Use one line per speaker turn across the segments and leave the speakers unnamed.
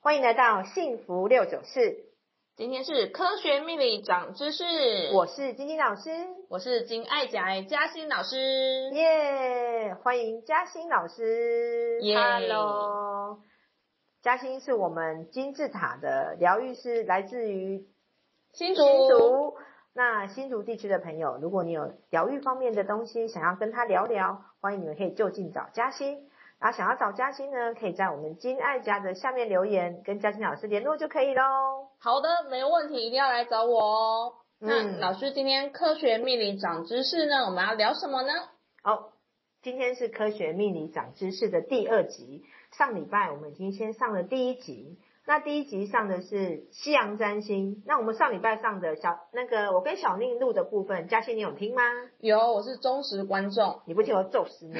欢迎来到幸福六九四，
今天是科学命理长知识，
我是晶晶老师，
我是金爱甲嘉欣老师，
耶、欢迎嘉欣老师
耶
h e l l o 嘉欣是我们金字塔的疗愈师，来自于新
新竹，
竹。那新竹地区的朋友，如果你有疗愈方面的东西想要跟他聊聊，欢迎你们可以就近找嘉欣。然后想要找嘉欣呢，可以在我们金爱家的下面留言，跟嘉欣老师联络就可以喽。
好的，没问题，一定要来找我哦。
嗯
那老师，今天科学命理长知识呢，我们要聊什么呢？
好，今天是科学命理长知识的第二集。上礼拜我们已经先上了第一集，那第一集上的是西洋占星。那我们上礼拜上的小那个我跟小宁录的部分，嘉欣你有听吗？
有，我是忠实观众。
你不听我揍死你！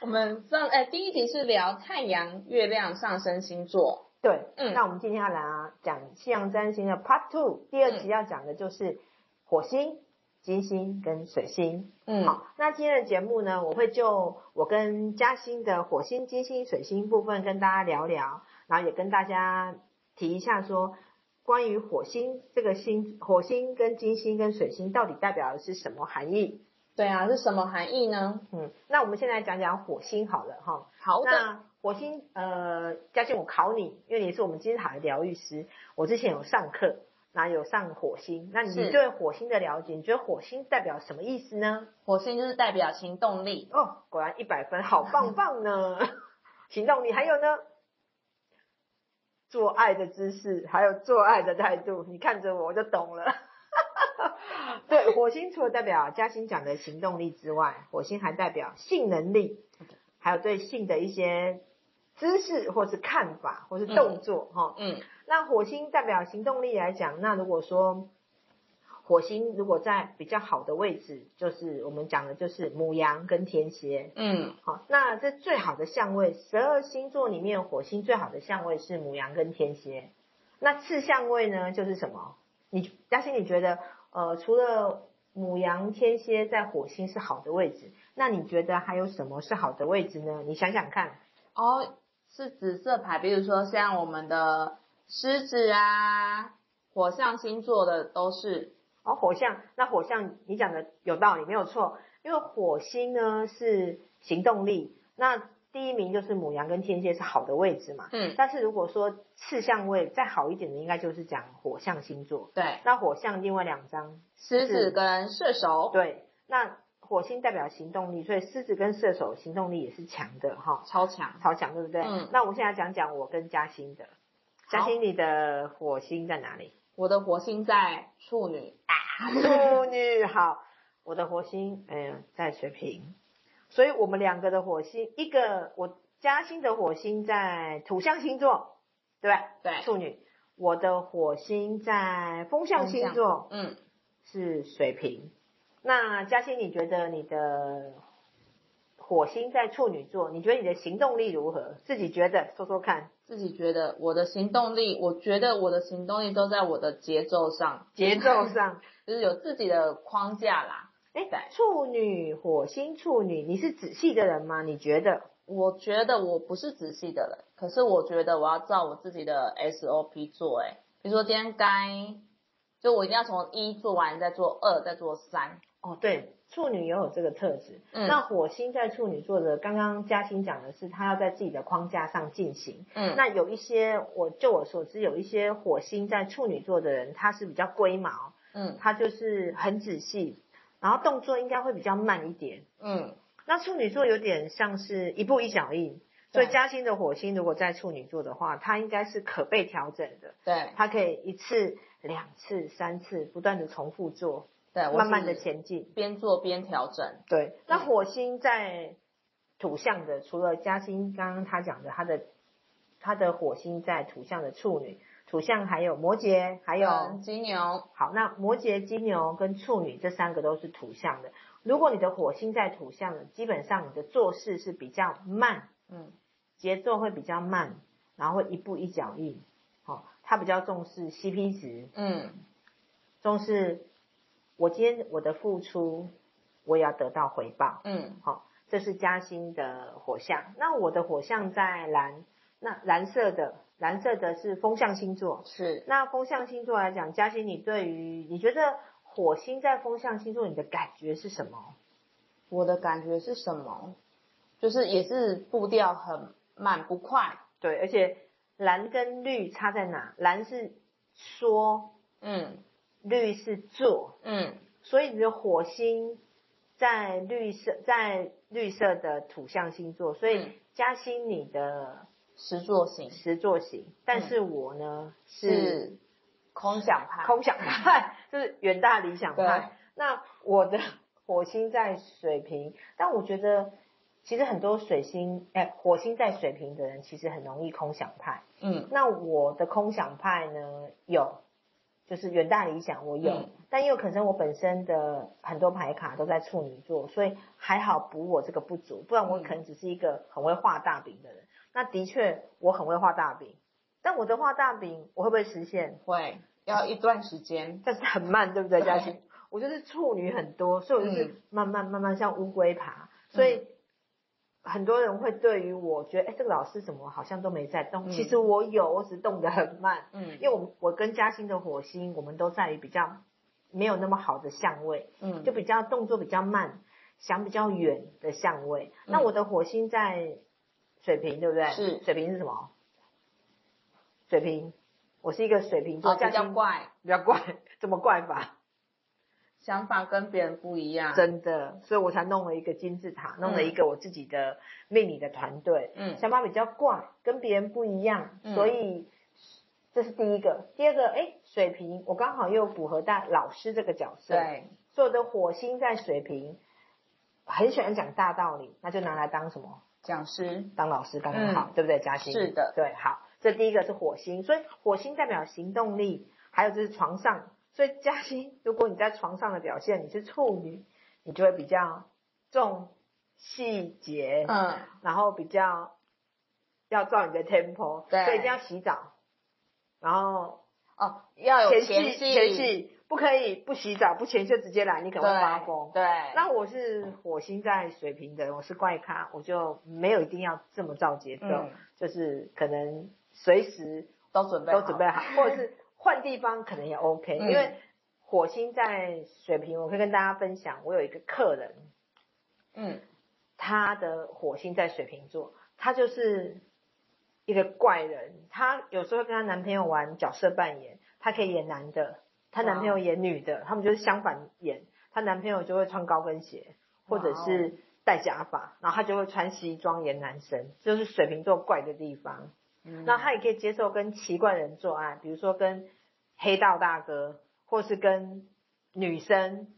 我们上哎、第一集是聊太阳、月亮、上升星座。
对，
嗯
那我们今天要来啊讲西洋占星的 Part Two，第二集要讲的就是火星、金星跟水星。
嗯，
好，那今天的节目呢，我会就我跟嘉兴的火星、金星、水星部分跟大家聊聊，然后也跟大家提一下说，关于火星这个星，火星跟金星跟水星到底代表的是什么含义？
对啊，是什么含义呢？
嗯，那我们先来讲讲火星好了哈。
好的，
那火星，呃，嘉欣，我考你，因为你是我们金字塔的疗愈师，我之前有上课，然后有上火星，那你
是
对火星的了解，你觉得火星代表什么意思呢？
火星就是代表行动力，
哦，果然一百分，好棒棒呢！ 行动力还有呢，做爱的姿势，还有做爱的态度，你看着我我就懂了。 对，火星除了代表嘉欣讲的行动力之外，火星还代表性能力，还有对性的一些姿势或是看法或是动作哈、齁
嗯，
那火星代表行动力来讲，那如果说火星如果在比较好的位置，就是我们讲的就是母羊跟天蝎。
嗯，
好，那这最好的相位，十二星座里面火星最好的相位是母羊跟天蝎。那次相位呢，就是什么？你嘉欣，你觉得呃，除了母羊、天蝎在火星是好的位置，那你觉得还有什么是好的位置呢？你想想看，
哦，是紫色牌，比如说像我们的狮子啊、火象星座的都是，
哦，火象，那火象你讲的有道理，没有错，因为火星呢是行动力，那第一名就是母羊跟天蝎是好的位置嘛。
嗯，
但是如果说次相位再好一点的，应该就是讲火象星座。
对，
那火象另外两张，
狮子跟射手，
对，那火星代表行动力，所以狮子跟射手行动力也是强的哈，
超强，
超强，对不对？
嗯
那我现在讲讲我跟嘉欣的，嘉欣你的火星在哪里？
我的火星在处女，
处女好，我的火星嗯在水瓶，所以我们两个的火星，一个我嘉欣的火星在土象星座，对不对？
对，
处女，我的火星在风象星座
嗯，
是水瓶。那嘉欣，你觉得你的火星在处女座，你觉得你的行动力如何？自己觉得说说看，
自己觉得我的行动力，我觉得我的行动力都在我的节奏上，
节奏上。
就是有自己的框架啦。
哎
对，
处女火星处女，你是仔细的人吗？你觉得？
我觉得我不是仔细的人，可是我觉得我要照我自己的 SOP 做、欸。比如说今天该，就我一定要从一做完，再做二，再做三。
哦，对，处女也有这个特质。
嗯
那火星在处女座的，刚刚嘉欣讲的是，它要在自己的框架上进行。
嗯，
那有一些，我就我所知，有一些火星在处女座的人，他是比较龟毛，
嗯
他就是很仔细，然后动作应该会比较慢一点。
嗯，
那处女座有点像是一步一脚印，所以
对
嘉欣的火星如果在处女座的话，它应该是可被调整的，
对
它可以一次、两次、三次不断的重复做，
对，我
慢慢的
是
前进。
边做边调整。
对，那火星在土象的，除了嘉欣刚刚他讲的，他的他的火星在土象的处女，土象还有摩羯，还
还
有、
嗯金牛，
好，那摩羯、金牛跟处女这三个都是土象的。如果你的火星在土象的，基本上你的做事是比较慢，
嗯
节奏会比较慢，然后会一步一脚印。哦，他比较重视 CP 值，
嗯，
重视我今天我的付出，我也要得到回报。
嗯
好、这是嘉兴的火象。那我的火象在蓝，那蓝色的，蓝色的是风象星座。
是
那风象星座来讲，嘉欣，你对于你觉得火星在风象星座，你的感觉是什么？
我的感觉是什么？就是也是步调很慢不快，
对，而且蓝跟绿差在哪？蓝是说，
嗯
绿是做，
嗯
所以你的火星在绿色，在绿色的土象星座，所以
嗯
嘉欣你的
实作型
实座型，但是我呢、嗯是
是空想派，
空想派，就是远大理想
对
派。那我的火星在水瓶，但我觉得其实很多水星，哎、火星在水瓶的人其实很容易空想派。
嗯
那我的空想派呢，有就是远大理想，我有，
嗯
但也有可能我本身的很多牌卡都在处女座，所以还好补我这个不足，不然我
嗯
可能只是一个很会画大饼的人。那的确我很会画大饼，但我的画大饼我会不会实现？
会要一段时间，
但是很慢，对不对，
对
嘉欣？我就是处女很多，所以我就是
嗯
慢慢慢慢像乌龟爬，所以很多人会对于我觉得，哎，这个老师怎么好像都没在动？
嗯
其实我有，我只是动得很慢，
嗯
因为我们我跟嘉欣的火星，我们都在于比较没有那么好的相位，
嗯
就比较动作比较慢，想比较远的相位。那
嗯
我的火星在水瓶，对不对？
是
水瓶是什么？水瓶，我是一个水瓶座，
哦比
嘉
较
欣
怪，
比较怪，怎么怪法？
想法跟别人不一样，
真的，所以我才弄了一个金字塔，弄了一个我自己的命理的团队，
嗯
想法比较怪，跟别人不一样，
嗯
所以这是第一个。第二个，哎，水瓶，我刚好又符合到老师这个角色，，
对，
所有的火星在水瓶，很喜欢讲大道理，那就拿来当什么？
讲师
当老师刚刚好，
嗯
对不对？嘉欣
是的
对，好，这第一个是火星，所以火星代表行动力，还有就是床上，所以嘉欣，如果你在床上的表现你是处女，你就会比较重细节，
嗯
然后比较要照你的 tempo，
对
所以一定要洗澡，然后
哦要有
前
戏
前戏不可以不洗澡不前戏就直接来，你可能会发疯
对。对
那我是火星在水瓶的人，我是怪咖，我就没有一定要这么照节奏，
嗯
就是可能随时
都准备
都
好
准备好，或者是换地方可能也 OK，、
嗯
因为火星在水瓶，我可以跟大家分享，我有一个客人，
嗯
他的火星在水瓶座，他就是一个怪人，她有时候会跟她男朋友玩角色扮演，她可以演男的，她男朋友演女的，他们就是相反演。她男朋友就会穿高跟鞋，或者是戴假发，然后她就会穿西装演男生，这就是水瓶座怪的地方。
嗯
那她也可以接受跟奇怪的人做爱，比如说跟黑道大哥，或是跟女生。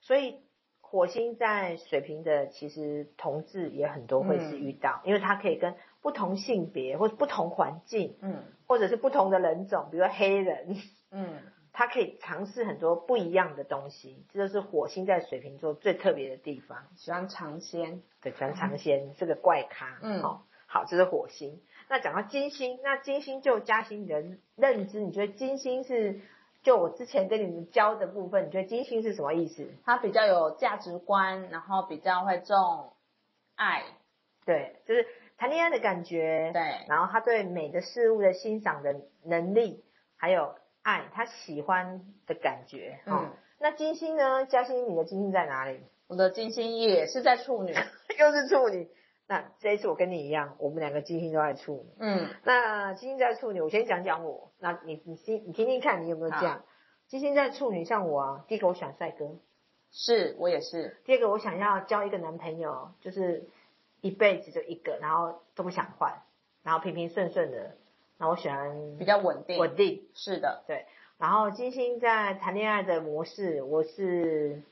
所以火星在水瓶的，其实同志也很多会是遇到，因为他可以跟不同性别或是不同环境，
嗯
或者是不同的人种，比如说黑人，
嗯
他可以尝试很多不一样的东西。这就是火星在水瓶座最特别的地方。
喜欢尝鲜
对，传长仙这个怪咖，
嗯
哦，好，这是火星。那讲到金星，那金星就嘉欣你的认知，你觉得金星是就我之前跟你们教的部分，你觉得金星是什么意思？
他比较有价值观，然后比较会重爱，
对，就是谈恋爱的感觉，
对
然后他对美的事物的欣赏的能力，还有爱，他喜欢的感觉，哦。
嗯
那金星呢？嘉欣，你的金星在哪里？
我的金星也是在处女，
又是处女。那这一次我跟你一样，我们两个金星都在处女。
嗯
那金星在处女，我先讲讲我。那你你听你听听看，你有没有这样？金星在处女，像我啊，第一个我喜欢帅哥，
是我也是，
第二个我想要交一个男朋友，就是一辈子就一个，然后都不想换，然后平平顺顺的，然后我喜欢
比较稳定，
稳定。
是的，
对，然后金星在谈恋爱的模式，我是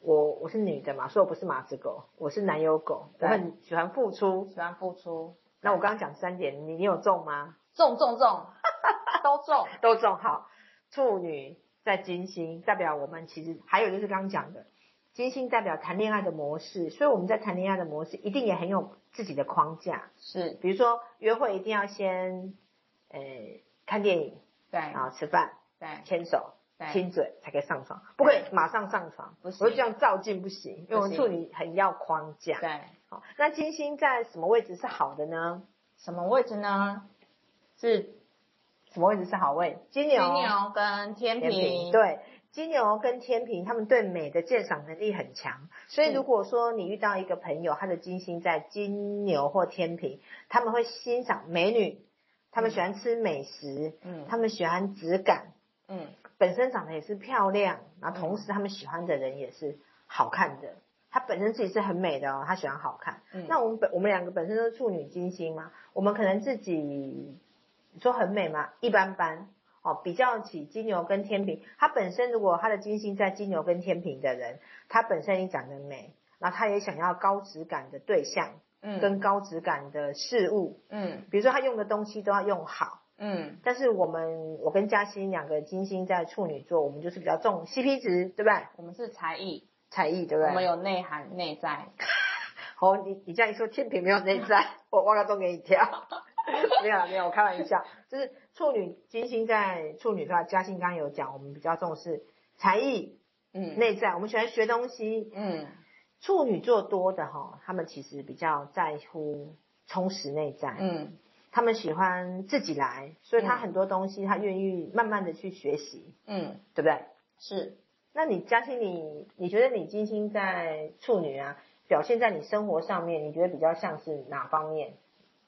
我我是女的嘛，所以我不是马子狗，我是男友狗，我
对
很喜欢付出。
喜欢付出，
那我刚刚讲三点，你你有中吗？
重重重 都重，
都种好。处女在金星，代表我们其实还有就是刚刚讲的，金星代表谈恋爱的模式，所以我们在谈恋爱的模式一定也很有自己的框架。
是
比如说约会一定要先，呃，看电影，
对
然后吃饭、
对
牵手、
对
亲嘴才可以上床，不可以马上上床，
不行
我就这样照镜不行，因为我们
不行
处女很要框架。
对，
好，那金星在什么位置是好的呢？
什么位置呢？是
什么位置是好位？金
金
牛、
牛跟天
天
平，
平，对。金牛跟天平，他们对美的鉴赏能力很强，所以
是
如果说你遇到一个朋友，他的金星在金牛或天平，他们会欣赏美女，他们喜欢吃美食，
嗯
他们喜欢质感，
嗯
本身长得也是漂亮，然后
嗯
同时他们喜欢的人也是好看的。她本身自己是很美的哦，她喜欢好看。
嗯
那我们本我们两个本身都是处女金星嘛，我们可能自己你说很美嘛，一般般哦。比较起金牛跟天平，她本身如果她的金星在金牛跟天平的人，她本身也长得美，然后她也想要高质感的对象
嗯
跟高质感的事物，
嗯
比如说她用的东西都要用好。
嗯
但是我们我跟嘉欣两个金星在处女座，我们就是比较重 CP 值，对不对？
我们是才艺，
才艺，对不
我们
对？
有内涵内 在，
好，哦你你这样一说，天平没有内在， 我挖个洞给你跳。 没有啦没有，我开玩笑，就是处女金星在处女座，嘉欣刚刚有讲，我们比较重视才艺
嗯
内在，我们喜欢学东西。
嗯
处女座多的哈，他们其实比较在乎充实内在，
嗯
他们喜欢自己来，所以他
嗯
很多东西他愿意慢慢的去学习，
嗯，
对不对？
是
那你嘉欣，你你觉得你金星在处女啊，表现在你生活上面，你觉得比较像是哪方面？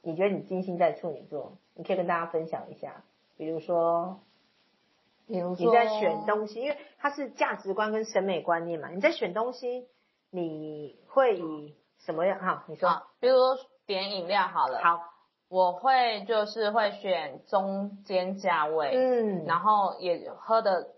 你觉得你金星在处女座，你可以跟大家分享一下，比如说
比如
你在选东西，因为它是价值观跟审美观念嘛，你在选东西，你会以什么样？哈、你说、
啊，比如说点饮料好了，
好，
我会就是会选中间价位，
嗯，
然后也喝的，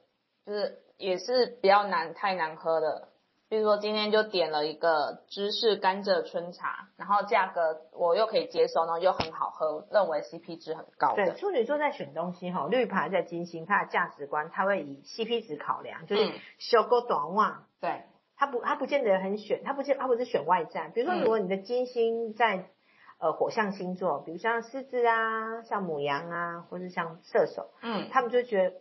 就是也是比较难太难喝的。比如说今天就点了一个芝士甘蔗春茶，然后价格我又可以接受，然后又很好喝，认为 CP 值很高
对，
的。
处女座在选东西哈，绿牌在金星，它的价值观，它会以 CP 值考量，就是
嗯
小狗短袜。
对，
他不，他不见得很选，他不见，他不是选外在。比如说，
嗯
如果你的金星在、呃火象星座，比如像狮子啊、像母羊啊，或是像射手，
嗯
他们就觉得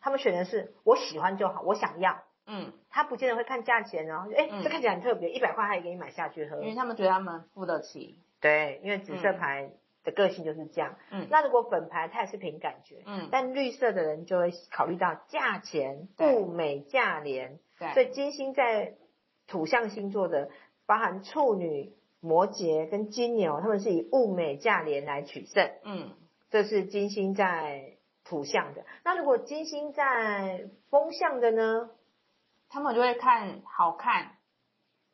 他们选的是我喜欢就好，我想要。
嗯，
他不见得会看价钱哦，哎、
嗯
这看起来很特别，一百块还给你买下去喝
因。为他们觉得他们付得起。
对，因为紫色牌的个性就是这样。
嗯
那如果本牌它也是凭感觉，
嗯，
但绿色的人就会考虑到价钱、
对
物美价廉，所
对，
以金星在土象星座的，包含处女、摩羯跟金牛，他们是以物美价廉来取胜，
嗯
这是金星在土象的。那如果金星在风象的呢？
他们就会看好看，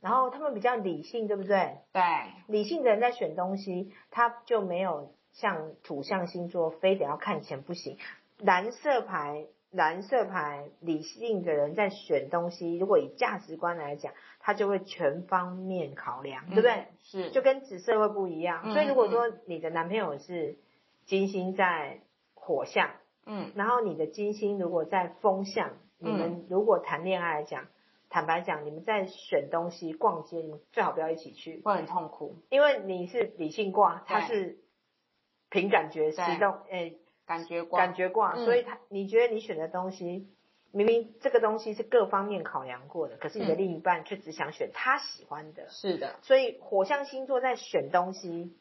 然后他们比较理性，对不对？
对，
理性的人在选东西，他就没有像土象星座非得要看钱不行。蓝色牌，蓝色牌理性的人在选东西，如果以价值观来讲，他就会全方面考量，对不对？
嗯？是，
就跟紫色会不一样。
嗯
所以如果说你的男朋友是金星在火象，
嗯
然后你的金星如果在风象，你们如果谈恋爱来讲，坦白讲，你们在选东西、逛街，你们最好不要一起去。
会很痛苦，
因为你是理性卦，他是凭感觉
对
行动，诶、
感觉光
感觉卦，
嗯
所以他你觉得你选的东西，明明这个东西是各方面考量过的，可是你的
嗯
另一半却只想选他喜欢的，
是的，
所以火象星座在选东西，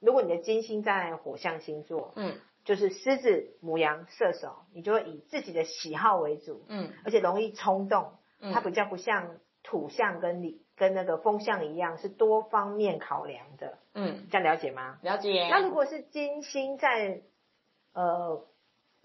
如果你的金星在火象星座，
嗯
就是狮子、母羊、射手，你就会以自己的喜好为主，
嗯
而且容易冲动，
嗯，
它比较不像土象跟理跟那个风象一样是多方面考量的。
嗯
这样了解吗？
了解，
那如果是金星在呃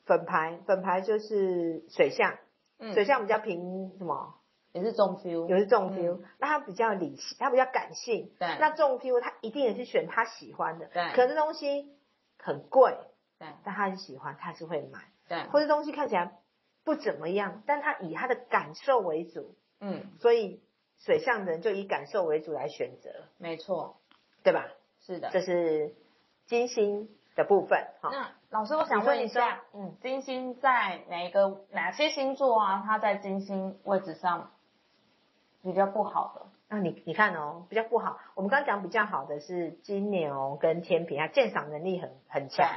粉牌，粉牌就是水象，
嗯
水象比较平什么，
也是中 feel，
有是重 feel，、那他比较理性，他比较感性，
嗯对，
那重 feel 他一定也是选他喜欢的，
对
可是东西很贵，
对
但他很喜欢，他还是会买，
对，
或者东西看起来不怎么样，但他以他的感受为主，
嗯，
所以水象人就以感受为主来选择，
没错，
对吧？
是的。
这是金星的部分，哈、
那老师，我想问一下，
嗯，
金星在哪一个哪些星座啊？它在金星位置上比较不好的？
那你你看哦，比较不好。我们刚刚讲比较好的是金牛跟天平，它鉴赏能力很很
对，
强，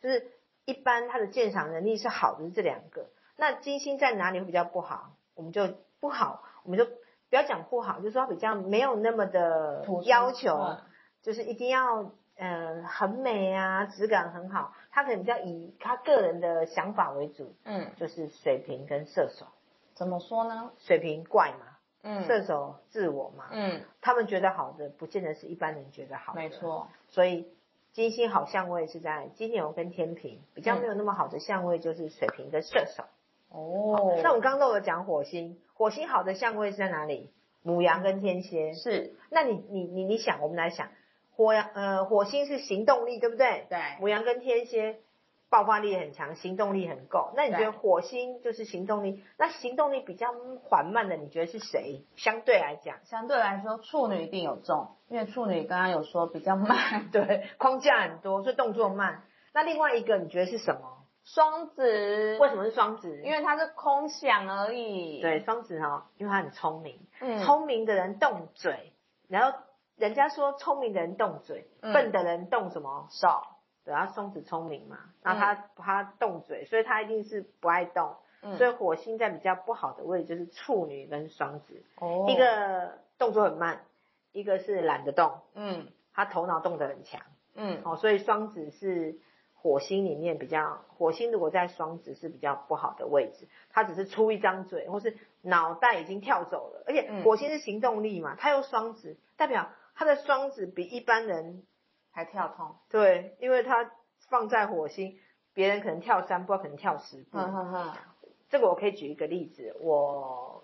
就是一般它的鉴赏能力是好的是这两个。那金星在哪里会比较不好？我们就不好，我们就不要讲不好，就是说它比较没有那么的
土星
要求，
嗯
就是一定要嗯、很美啊，质感很好，他可能比较以他个人的想法为主，
嗯，
就是水瓶跟射手，
怎么说呢？
水瓶怪嘛，
嗯
射手自我嘛，
嗯，
他们觉得好的，不见得是一般人觉得好的，
没。错，
所以金星好相位是在金牛跟天平，比较没有那么好的相位就是水瓶跟射手。
哦
那我们刚刚都有讲火星，火星好的相位是在哪里？母羊跟天蝎。
是
那你你你你想，我们来想，火羊呃火星是行动力，对不对？
对
母羊跟天蝎爆发力很强，行动力很够。那你觉
对
得火星就是行动力？那行动力比较缓慢的，你觉得是谁？相对来讲，
相对来说，处女一定有中，因为处女刚刚有说比较慢。
对，框架很多，所以动作慢。那另外一个你觉得是什么？
双子，
为什么是双子？
因为它是空想而已。，
对双子哦，因为他很聪明，
嗯，
聪明的人动嘴，然后人家说聪明的人动嘴，
嗯
笨的人动什么手？对，他双子聪明嘛，然后他、他动嘴，所以他一定是不爱动，
嗯
所以火星在比较不好的位置就是处女跟双子，
哦
一个动作很慢，一个是懒得动，
嗯
他头脑动得很强
嗯
哦，所以双子是。火星里面比较，火星如果在双子是比较不好的位置，他只是出一张嘴，或是脑袋已经跳走了，而且
嗯
火星是行动力嘛，他有双子，代表他的双子比一般人
还跳通，
对，因为它放在火星，别人可能跳三步，可能跳十步。
嗯哼哼哼，
这个我可以举一个例子，我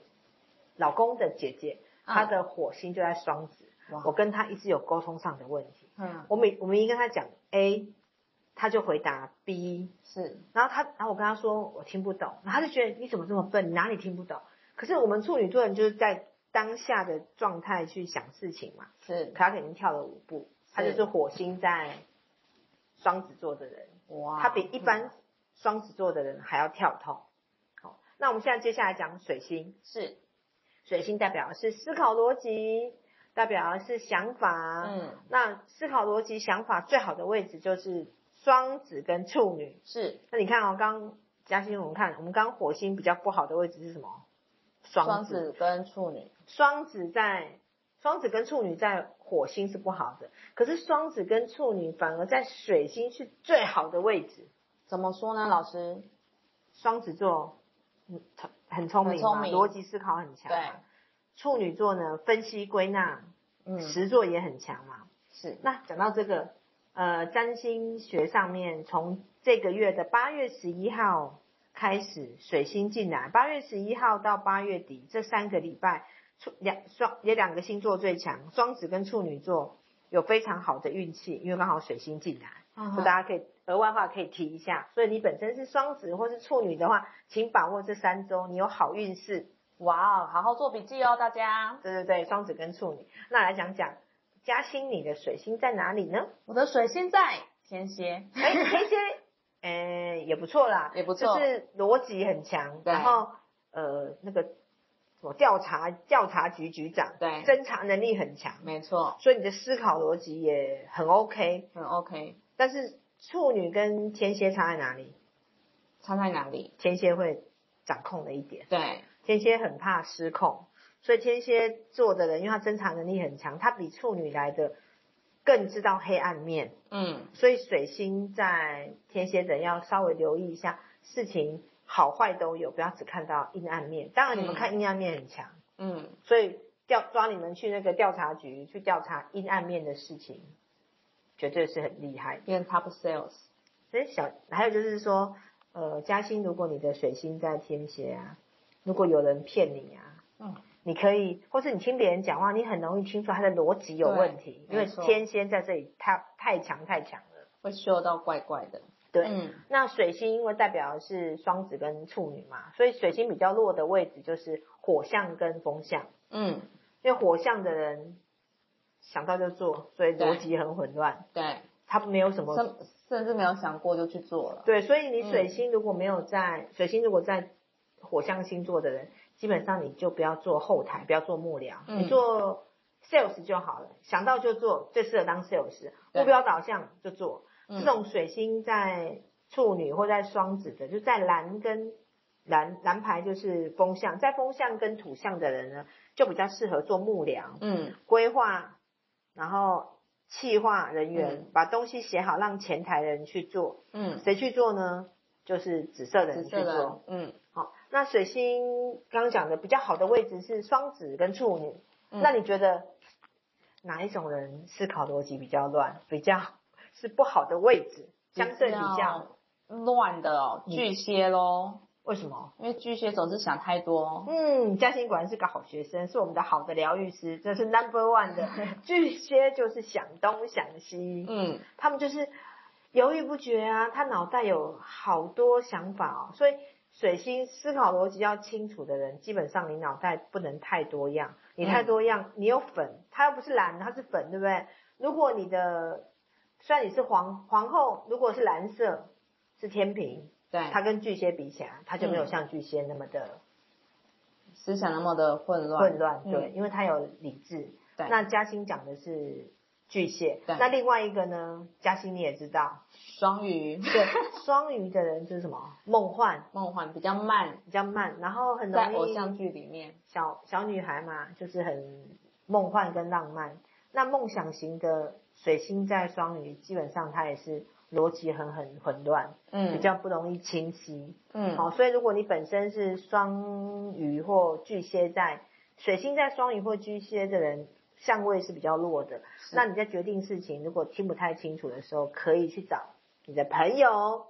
老公的姐姐，她的火星就在双子，
嗯哇
我跟她一直有沟通上的问题。
嗯
我每我们一跟她讲 A，她就回答 B，
是
然后她，然后我跟她说我听不懂，然后她就觉得你怎么这么笨，你哪里听不懂？可是我们处女座人就是在当下的状态去想事情嘛，
是
可他肯定跳了五步，他就是火星在双子座的人，
哇，
他比一般双子座的人还要跳痛。好，那我们现在接下来讲水星，
是
水星代表的是思考逻辑，代表的是想法。
嗯
那思考逻辑、想法最好的位置就是双子跟处女。
是
那你看哦，刚嘉欣，我们看我们刚火星比较不好的位置是什么？
双
双子
子跟处女，
双子在双子跟处女在火星是不好的，可是双子跟处女反而在水星是最好的位置。
怎么说呢？老师，
双子座，嗯，聪很聪明
很
嘛，
聪明
逻辑思考很强
对
嘛。，处女座呢，分析归纳，
嗯
实作也很强嘛。
是
那讲到这个，呃，占星学上面，从这个月的八月十一号开始，水星进来，八月十一号到八月底这三个礼拜，处两双也两个星座最强，双子跟处女座有非常好的运气，因为刚好水星进来，
嗯哼
所以大家可以额外话可以提一下。所以你本身是双子或是处女的话，请把握这三周，你有好运势。
哇，好好做笔记哦，大家。
对对对，双子跟处女。那来讲讲嘉兴，你的水星在哪里呢？
我的水星在天蝎，
哎，天蝎，呃，也不错啦，
也不错
就是逻辑很强，
对
然后呃，那个什么调查调查局局长，
对
侦查能力很强，
没错，
所以你的思考逻辑也很 OK。
很 OK。
但是处女跟天蝎差在哪里？
差在哪里？
天蝎会掌控了一点，
对，
天蝎很怕失控，所以天蝎座的人，因为他侦查能力很强，他比处女来的更知道黑暗面。
嗯，
所以水星在天蝎人要稍微留意一下，事情好坏都有，不要只看到阴暗面。当然，你们
嗯
看阴暗面很强，
嗯，
所以调抓你们去那个调查局去调查阴暗面的事情，绝对是很厉害的。
变 top sales，
所以小还有就是说，呃，嘉欣，如果你的水星在天蝎啊，如果有人骗你啊，
嗯，
你可以，或是你听别人讲话，你很容易听出他的逻辑有
对
问题，因为
没错
天蝎在这里太太强太强了。
会嗅到怪怪的。
对，
嗯，
那水星因为代表的是双子跟处女嘛，所以水星比较弱的位置就是火象跟风象，
嗯，
因为火象的人想到就做，所以
对
逻辑很混乱，
对，
他没有什么
甚甚至没有想过就去做了。
对，所以你水
嗯
星如果没有在、水星如果在火象星座的人，基本上你就不要做后台，不要做幕僚，
嗯
你做 sales 就好了，想到就做，最适合当 sales，
对
目标导向就做，
嗯
这种水星在处女或在双子的，就在蓝跟蓝蓝牌就是风象，在风象跟土象的人呢，就比较适合做幕僚、
嗯，
规划，然后企划人员、
嗯
把东西写好，让前台人去做。
嗯，
谁去做呢？就是紫色的人
紫
去
色
做
的。，嗯，
好，那水星刚刚讲的比较好的位置是双子跟处女，
嗯
那你觉得哪一种人思考逻辑比较乱，比较是不好的位置？相对比较，
乱的哦，巨蟹咯，
为什么？
因为巨蟹总是想太多，
嗯，嘉欣果然是个好学生，是我们的好的疗愈师，这是 number one 的巨蟹，就是想东想西，
嗯
他们就是犹豫不决啊，他脑袋有好多想法哦，所以水星思考逻辑要清楚的人，基本上你脑袋不能太多样，你太多样，你有粉，它又不是蓝，它是粉，对不对？如果你的虽然你是皇皇后，如果是蓝色是天平，
对，
它跟巨蟹比起来，它就没有
嗯
像巨蟹那么的
思想那么的混乱，
混乱，
嗯
对，，因为它有理智。
对
那嘉欣讲的是巨蟹，
对
那另外一个呢？嘉欣你也知道，
双鱼，
对，双鱼的人就是什么梦幻，
梦幻比较慢，
比较慢，然后很
在偶
容易
像剧里面，
小小女孩嘛，就是很梦幻跟浪漫。那梦想型的水星在双鱼，基本上它也是逻辑很很混乱，
嗯，
比较不容易清晰。
嗯，
好、所以如果你本身是双鱼或巨蟹在水星在双鱼或巨蟹的人，相位是比较弱的。
是
那你在决定事情，如果听不太清楚的时候，可以去找你的朋友，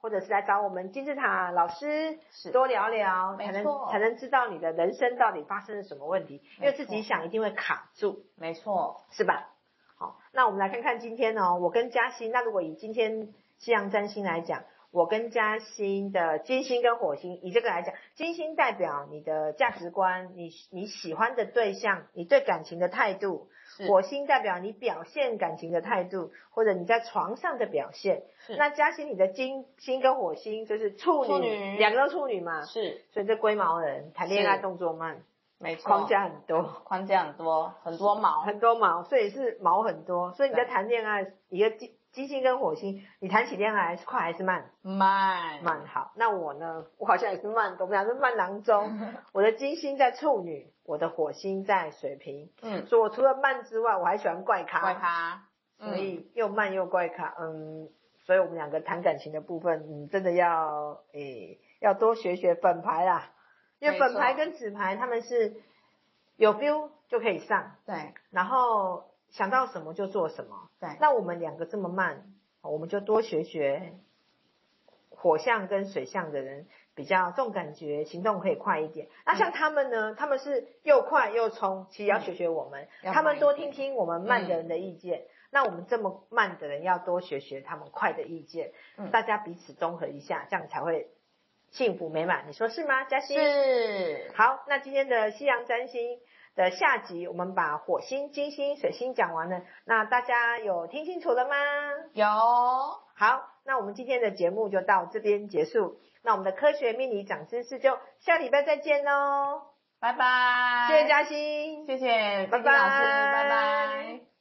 或者是来找我们金字塔老师
是
多聊聊，
没
才能
错
才能知道你的人生到底发生了什么问题。因
没
为
错
自己想一定会卡住，
没错，
是吧？好，那我们来看看今天哦，我跟嘉欣，那如果以今天西洋占星来讲，我跟嘉欣的金星跟火星，以这个来讲，金星代表你的价值观，你你喜欢的对象，你对感情的态度；
是
火星代表你表现感情的态度，或者你在床上的表现。
是
那嘉欣，你的金星跟火星就是处女，
处女
两个都处女嘛，
是
所以这龟毛人谈恋爱
是
动作慢，
没错，
框架很多。
框架很多，很多毛，
很多毛，所以是毛很多，所以你在
对
谈恋爱，一个金金星跟火星，你谈起恋爱是快还是慢？
慢，
慢好，那我呢？我好像也是慢，我们俩是慢郎中。我的金星在处女，我的火星在水瓶，
嗯，
所以我除了慢之外，我还喜欢怪咖，
怪咖，
所以又慢又怪咖，嗯，所以我们两个谈感情的部分，嗯，真的要诶、要多学学粉牌啦，因为
没错
粉牌跟纸牌他们是有 feel 就可以上，
嗯对
然后想到什么就做什么。
对，
那我们两个这么慢，我们就多学学火象跟水象的人比较重感觉，行动可以快一点。那
嗯
像他们呢，他们是又快又冲，其实要学学我们，
要
他们多
慢一
听
点嗯
听我们慢的人的意见。那我们这么慢的人要多学学他们快的意见，
嗯
大家彼此综合一下，这样才会幸福美满。你说是吗，嘉欣？
是
好，那今天的西洋占星的下集，我们把火星、金星、水星讲完了。那大家有听清楚了吗？
有，
好，那我们今天的节目就到这边结束。那我们的科学命理长知识就下礼拜再见喽，
拜拜，
谢谢嘉欣，
谢谢，
拜
拜
拜
拜，老师，拜拜。